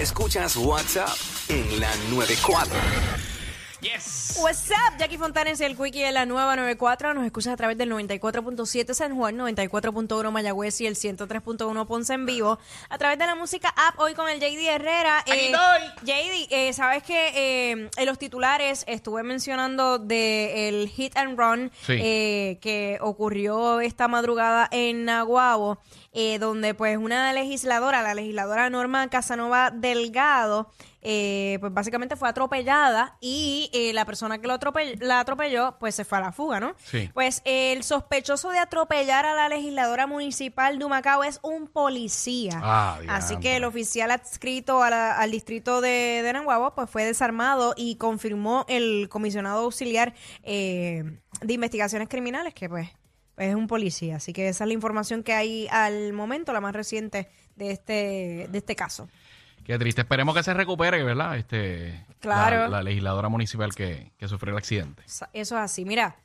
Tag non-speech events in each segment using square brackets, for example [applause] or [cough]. Escuchas WhatsApp en la 94. Yes. What's up, Jackie Fontanes, el Quickie de la nueva 94. Nos escuchas a través del 94.7 San Juan, 94.1 Mayagüez y el 103.1 Ponce en vivo. A través de la música app, hoy con el JD Herrera. Aquí estoy. JD, eh, sabes que eh, en los titulares estuve mencionando del hit and run Sí. eh, que ocurrió esta madrugada en Naguabo, eh, donde pues una legisladora, la legisladora Norma Casanova Delgado, eh, pues básicamente fue atropellada y eh, la persona que lo atropell- la atropelló pues se fue a la fuga, ¿no? Sí. Pues eh, el sospechoso de atropellar a la legisladora municipal de Humacao es un policía. Ah, Así diantre. que el oficial adscrito a la- al distrito de, de Nahuabo pues fue desarmado y confirmó el comisionado auxiliar eh, de investigaciones criminales que pues es un policía. Así que esa es la información que hay al momento, la más reciente de este, de este caso. Qué triste. Esperemos que se recupere, ¿verdad? Este, Claro. La, la legisladora municipal que, que sufrió el accidente. Sa- Eso es así, mira.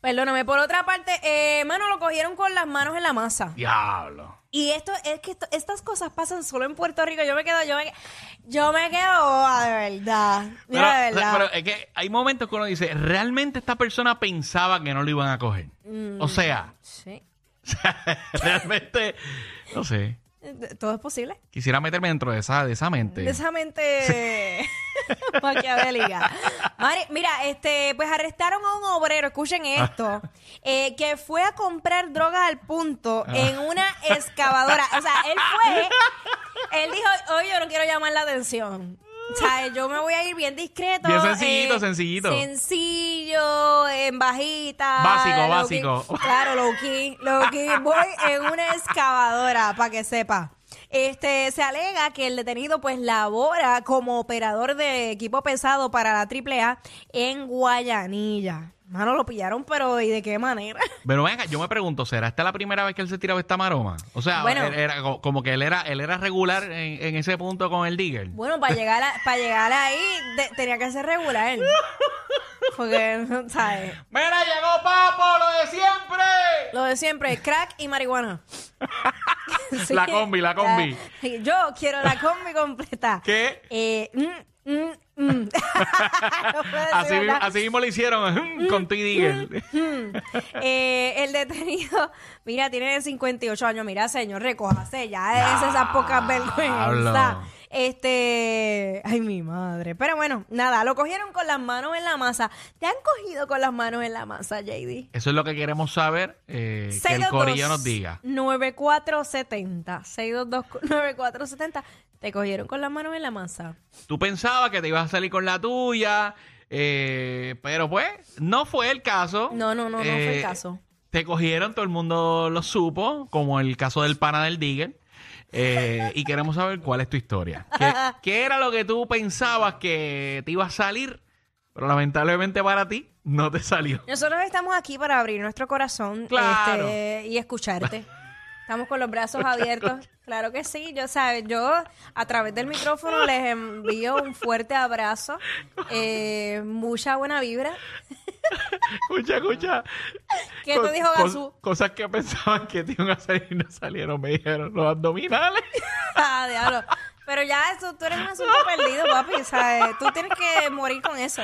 Perdóname, por otra parte, eh, mano, lo cogieron con las manos en la masa. Diablo. Y esto es que esto- estas cosas pasan solo en Puerto Rico. Yo me quedo, yo me, que- yo me quedo boba, de verdad. Pero, Mira, de o sea, verdad. pero es que hay momentos que uno dice, realmente esta persona pensaba que no lo iban a coger. Mm. O sea, [laughs] Sí. realmente, no sé. Eh, Todo es posible. Quisiera meterme dentro de esa, de esa mente. De esa mente [laughs] maquiavélica. Mari- mira, este, pues arrestaron a un obrero, escuchen Ah. esto, eh, que fue a comprar droga al punto Ah. en una excavadora. O sea, él fue, él dijo, hoy yo no quiero llamar la atención. O sea, yo me voy a ir bien discreto. eh, Bien sencillito, sencillito. Sencillo, en bajita. Básico, low básico. key. Claro, low key, low key. Voy en una excavadora, para que sepa. Este, se alega que el detenido pues labora como operador de equipo pesado para la AAA en Guayanilla. Mano, lo pillaron, pero ¿y de qué manera? [laughs] Pero venga, yo me pregunto, ¿será esta la primera vez que él se tiraba esta maroma? O sea, Bueno. él era co- como que él era, él era regular en, en ese punto con el Digger. Bueno, para llegar, a- para llegar ahí de- tenía que ser regular. Porque, ¿sabes? ¡Mira, llegó Papo, lo de siempre! Lo de siempre, crack [laughs] y marihuana. Sí. La combi, la combi. La- yo quiero la combi completa. ¿Qué? Eh, mm, mm, mm. [laughs] No puedo decir Así, verdad. Mm, así mismo lo hicieron [laughs] con T. Digger. Eh, el detenido, mira, tiene 58 años. Mira, señor, recójase ya. Es esas pocas vergüenzas. Diablo. Este, ay, mi madre. Pero bueno, nada, lo cogieron con las manos en la masa. ¿Te han cogido con las manos en la masa, JD? Eso es lo que queremos saber, eh, que el 622 corillo nos diga. 9470. 622-9470. Te cogieron con las manos en la masa. Tú pensabas que te ibas a salir con la tuya, eh, pero pues no fue el caso. Eh, No, no, no, no fue el caso. Te cogieron, todo el mundo lo supo, como el caso del pana del Digger. eh, y queremos saber cuál es tu historia. [laughs] ¿Qué, qué era lo que tú pensabas que te iba a salir? Pero lamentablemente para ti no te salió. Nosotros estamos aquí para abrir nuestro corazón Claro. este, [laughs] y escucharte. Estamos con los brazos abiertos. Claro que sí, yo sabes, yo a través del micrófono les envío un fuerte abrazo, eh, mucha buena vibra. [laughs] Escucha, escucha. ¿Qué te dijo Gazú? Cosas que pensaban que te iban a salir y no salieron. Me dijeron los [laughs] abdominales. Ah, diablo. Pero ya eso, tú eres un asunto perdido, papi. ¿sabes? Tú tienes que morir con eso.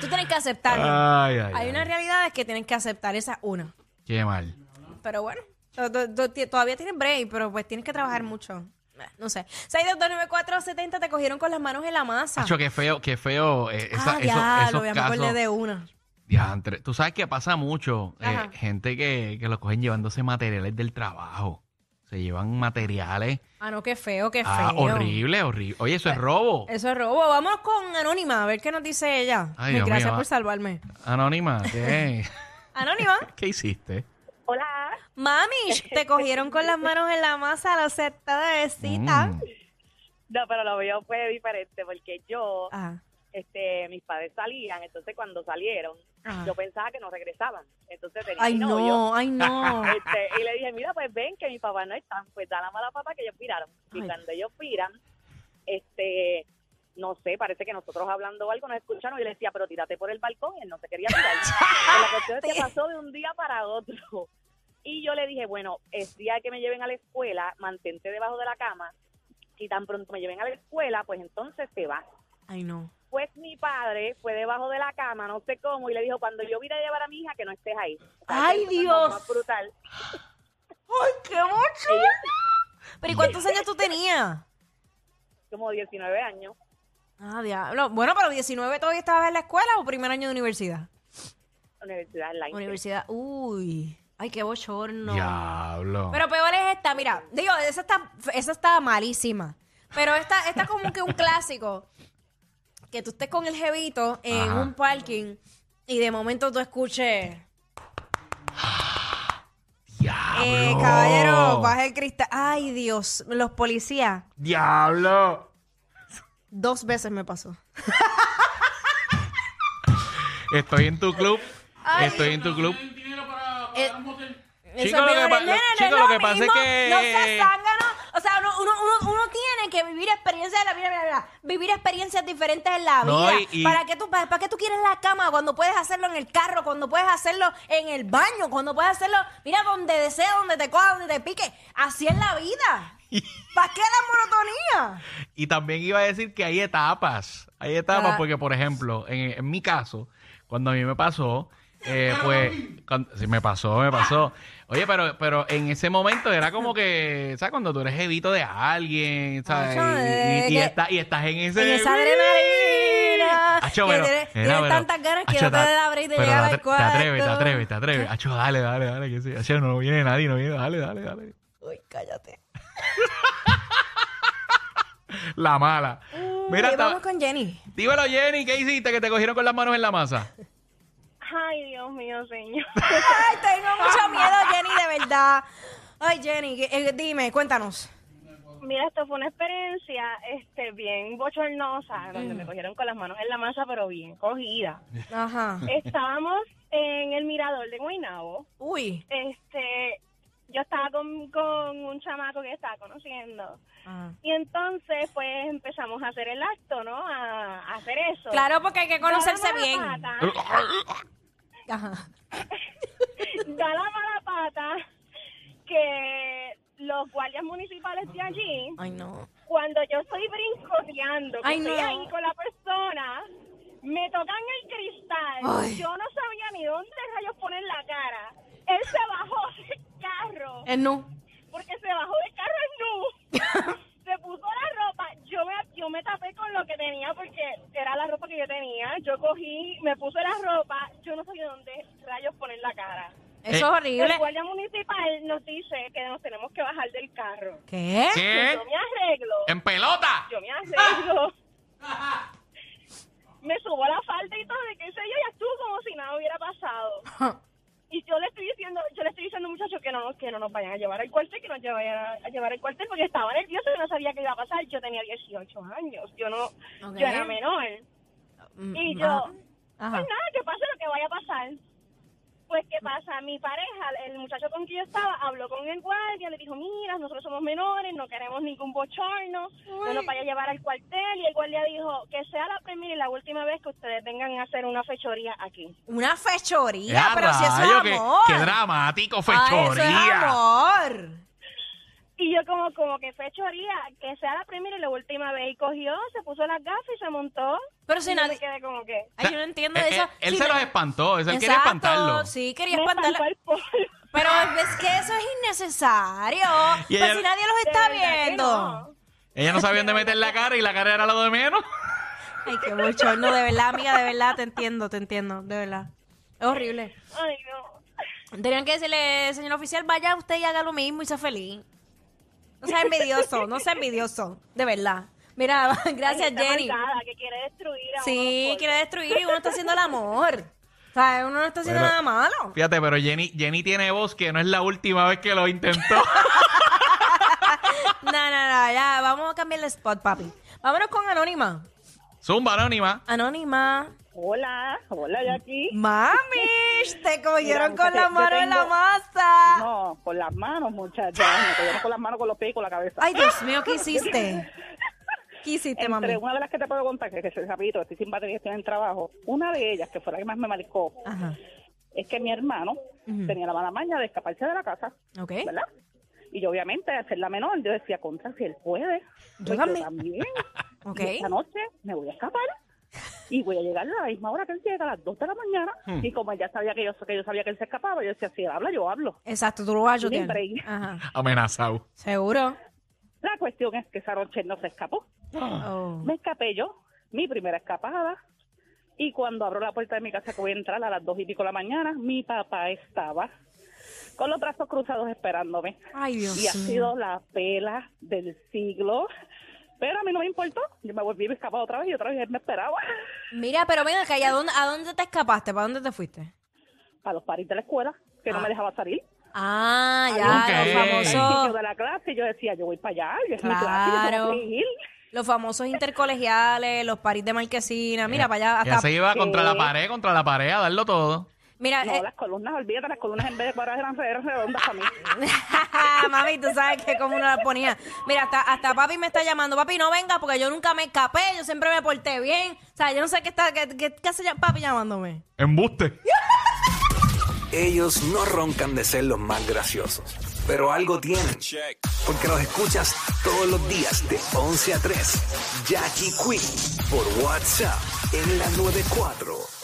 Tú tienes que aceptarlo. Ay, ay, Hay ay. unas realidades que tienes que aceptar, esa es una. Qué mal. Pero bueno, to- to- to- ti- todavía tienes break, pero pues tienes que trabajar mucho. Eh, No sé. 6229470 te cogieron con las manos en la masa. Hacho, qué feo, qué feo. eh, esa- ah, esos- diablo, esos ya me casos. acordé de una. Diantre. Tú sabes que pasa mucho eh, Ajá. gente que, que lo cogen llevándose materiales del trabajo. Se llevan materiales. Ah, no, qué feo, qué feo. Ah, horrible, horrible. Oye, eso es robo. Eso es robo. Vámonos con Anónima, a ver qué nos dice ella. Ay, Ay, Dios Gracias mío, ah. por va. salvarme. Anónima, ¿qué, [laughs] Anónima. ¿qué hiciste? Hola, Mami, te cogieron con las manos en la masa, lo acepta de besita. Mm. No, pero lo veo pues diferente porque yo, Ajá. este, mis padres salían, entonces cuando salieron, Ajá. yo pensaba que no regresaban. Entonces tenía Ah. Ay, mi novio. no, ay, [laughs] no. Este, y le dije, mira, pues ven que mis papás no están, pues da la mala papa que ellos piraron. Y Ay. cuando ellos piran, este, no sé, parece que nosotros hablando algo nos escucharon y le decía, pero tírate por el balcón y él no se [laughs] quería tirar. Pero la cuestión es que pasó de un día para otro. Y yo le dije, bueno, es día que me lleven a la escuela, mantente debajo de la cama. Si tan pronto me lleven a la escuela, pues entonces te vas. Ay, no. Pues mi padre fue debajo de la cama, no sé cómo, y le dijo, cuando yo vine a llevar a mi hija, que no estés ahí. O sea, ¡Ay, que eso es Dios! lo más brutal. Ay, qué mocho. Ella- Pero ¿y cuántos años tú tenías? como 19 años. Ah, diablo. Bueno, pero 19 todavía estabas en la escuela o primer año de universidad. Universidad de la Inter. Universidad, uy. Ay, qué bochorno. Diablo. Pero peor es esta, mira, digo, esa está, esa está malísima. Pero esta, esta es como que un clásico. Que tú estés con el jevito en Ajá. un parking y de momento tú escuches. Diablo. Eh, caballero, baja el cristal. Ay, Dios, los policías. Diablo. Dos veces me pasó. Estoy en tu club. Estoy en tu club. Eh, eso Chico, es lo peor. que pa- No, no, no, chico, no, lo que mismo, pasa es que- No seas zángano. O sea, uno, uno, uno- uno tiene que vivir experiencias de la vida, mira, mira, vivir experiencias diferentes en la No, vida. y- y- ¿Para, qué tú, para, para qué tú quieres la cama cuando puedes hacerlo en el carro, cuando puedes hacerlo en el baño, cuando puedes hacerlo, mira, donde desea, donde te coja, donde te pique? Así es la [laughs] vida. ¿Para qué la monotonía? Y también iba a decir que hay etapas. Hay etapas Ah. porque, por ejemplo, en, en mi caso, cuando a mí me pasó, eh, pues, cuando- sí, me pasó, me pasó. Oye, pero, pero en ese momento era como que, ¿sabes? Cuando tú eres jevito de alguien, ¿sabes? Acho, Y- eh, Y, y que- estás- y estás en ese... En esa adrenalina. Acho, que bueno, tienes, era, tienes pero- tantas ganas que Acho, no te ta- da break de pero llegar te al atre- cuarto. Te atreves, te atreves, te atreves. Acho, dale, dale, dale, que sí. Acho, no viene nadie, no viene, dale, dale, dale. Uy, cállate. La mala. Mira, Uy, ta- vamos con Jenny. dímelo, Jenny, ¿qué hiciste que te cogieron con las manos en la masa? Ay, Dios mío, [laughs] señor. Ay, tengo mucho miedo, Jenny, de verdad. Ay, Jenny, que- eh, dime, cuéntanos. Mira, esto fue una experiencia este, bien Mm. bochornosa, donde me cogieron con las manos en la masa, pero bien cogida. Ajá. Estábamos en el mirador de Guaynabo. Uy. Este, yo estaba con, con un chamaco que estaba conociendo. Ah. Y entonces, pues, empezamos a hacer el acto, ¿no? A, a hacer eso. Claro, porque hay que conocerse Da la bien. mala pata, [laughs] Ajá. da la mala pata que los guardias municipales de allí Ay, no. cuando yo estoy brincoteando, que Ay, estoy no. ahí con la persona, me tocan el cristal. Ay. Yo no sabía ni dónde rayos poner la cara. Él se bajó del carro, Es no. porque se bajó del carro [laughs] en nu. se puso la ropa. Yo me, yo me tapé con lo que tenía, porque era la ropa que yo tenía. Yo cogí, me puse la ropa. Yo no sabía dónde rayos poner la cara. Eso es Eh. El horrible. guardia municipal nos dice que nos tenemos que bajar del carro. ¿Qué? Em- ¿Qué? Yo me arreglo. ¡En pelota! yo me arreglo. [laughs] me subo la falda y todo, y qué sé yo, ya estuvo como si nada hubiera pasado. Y yo le estoy diciendo, yo le estoy diciendo muchachos que no, que no nos vayan a llevar al cuartel, que nos vayan a, a llevar al cuartel, porque estaba nervioso y no sabía qué iba a pasar. Yo tenía 18 años, yo no, Ok. yo era menor. Y yo, Mm, Ajá. pues nada, que pase lo que vaya a pasar. Pues, ¿qué pasa? Mi pareja, el muchacho con quien yo estaba, habló con el guardia, le dijo, mira, nosotros somos menores, no queremos ningún bochorno, no nos vaya a llevar al cuartel. Y el guardia dijo, que sea la primera y la última vez que ustedes vengan a hacer una fechoría aquí. Una fechoría, Ya, pero si eso rayo, es que- amor. Qué, dramático, Ay, eso es fechoría. amor. Y yo como, como que fechoría, que sea la primera y la última vez. Y cogió, se puso las gafas y se montó. Pero si y yo nadie... me quedé como que... Ay, yo no entiendo Eh, eso. eh, él Sí, se no- los espantó, es él quería Exacto, espantarlo. Sí, quería Me espantarlo. espantó el polvo. Pero es que eso es innecesario. Y pues ella- si nadie los [laughs] De está verdad que no. viendo. Ella no [laughs] sabía dónde meter la cara y la cara era lo de menos. [laughs] Ay, qué bochorno, de verdad, amiga, de verdad, te entiendo, te entiendo, de verdad. Es horrible. Ay, no. Tenían que decirle, señor oficial, vaya usted y haga lo mismo y sea feliz. No sea envidioso, no sea envidioso, de verdad. Mira, [laughs] gracias, Ay, está Jenny. marcada, que quiere destruir a uno los Sí, polvos. quiere destruir y uno está haciendo el amor. O sea, uno no está haciendo Bueno. nada malo. Fíjate, pero Jenny, Jenny tiene voz que no es la última vez que lo intentó. No, no, no, ya, vamos a cambiar el spot, papi. Vámonos con Anónima. [laughs] Zumba anónima. Anónima. Hola, hola Mm. Jackie. Mami, te cogieron Mira, con la yo mano en la tengo- masa. No, con las manos, muchachas. Me cogieron con las manos, con los pies y con la cabeza. Ah. Ay, Dios mío, ¿qué hiciste? [laughs] ¿Qué hiciste, mami? Entre una de las que te puedo contar, que, que rapidito, estoy sin batería, estoy en el trabajo. Una de ellas, que fue la que más me marcó, Ajá. es que mi hermano Ah. Ujú. ¿Eh? tenía la mala maña de escaparse de la casa, ¿Ok? ¿verdad? Y yo, obviamente, al ser la menor, yo decía, contra, si él puede, Yo pues también. [laughs] Ok. ¿Ok? esta noche me voy a escapar y voy a llegar a la misma hora que él llega, a las 2 de la mañana. Hmm. Y como ella sabía que yo, que yo sabía que él se escapaba, yo decía, si él habla, yo hablo. Exacto, tú lo vas a Ni ayudar. break. Ajá. Amenazado. ¿Seguro? La cuestión es que esa noche él no se escapó. Ah. Oh. Me escapé yo, mi primera escapada. Y cuando abro la puerta de mi casa que voy a entrar a las dos y pico de la mañana, mi papá estaba con los brazos cruzados esperándome. Ay, Dios Y ha mío. sido la pela del siglo. Pero a mí no me importó. Yo me volví a escapar otra vez y otra vez él me esperaba Mira, pero ven acá, ¿y a dónde, a dónde te escapaste? ¿Para dónde te fuiste? a los paris de la escuela, que no Ah. me dejaba salir. Ah, Ok. ya, los Yo [laughs] famosos, de la clase, y yo decía, yo voy para allá, yo es mi Claro. clase, yo tengo que ir. los famosos intercolegiales, los paris de marquesina, mira, para allá, Ya hasta... se iba contra Sí. la pared, contra la pared, a darlo todo. Mira, No, eh, las columnas, olvídate, las columnas en vez de cuadras eran, eran redondas para mí. [laughs] Mami, tú sabes que como uno la ponía. Mira, hasta, hasta papi me está llamando. Papi, no venga porque yo nunca me escapé. Yo siempre me porté bien. O sea, yo no sé qué está, qué, qué- qué hace ya- papi llamándome. Embuste. Ellos no roncan de ser los más graciosos, pero algo tienen. Porque los escuchas todos los días de 11 a 3. Jackie Quinn por WhatsApp en la 94.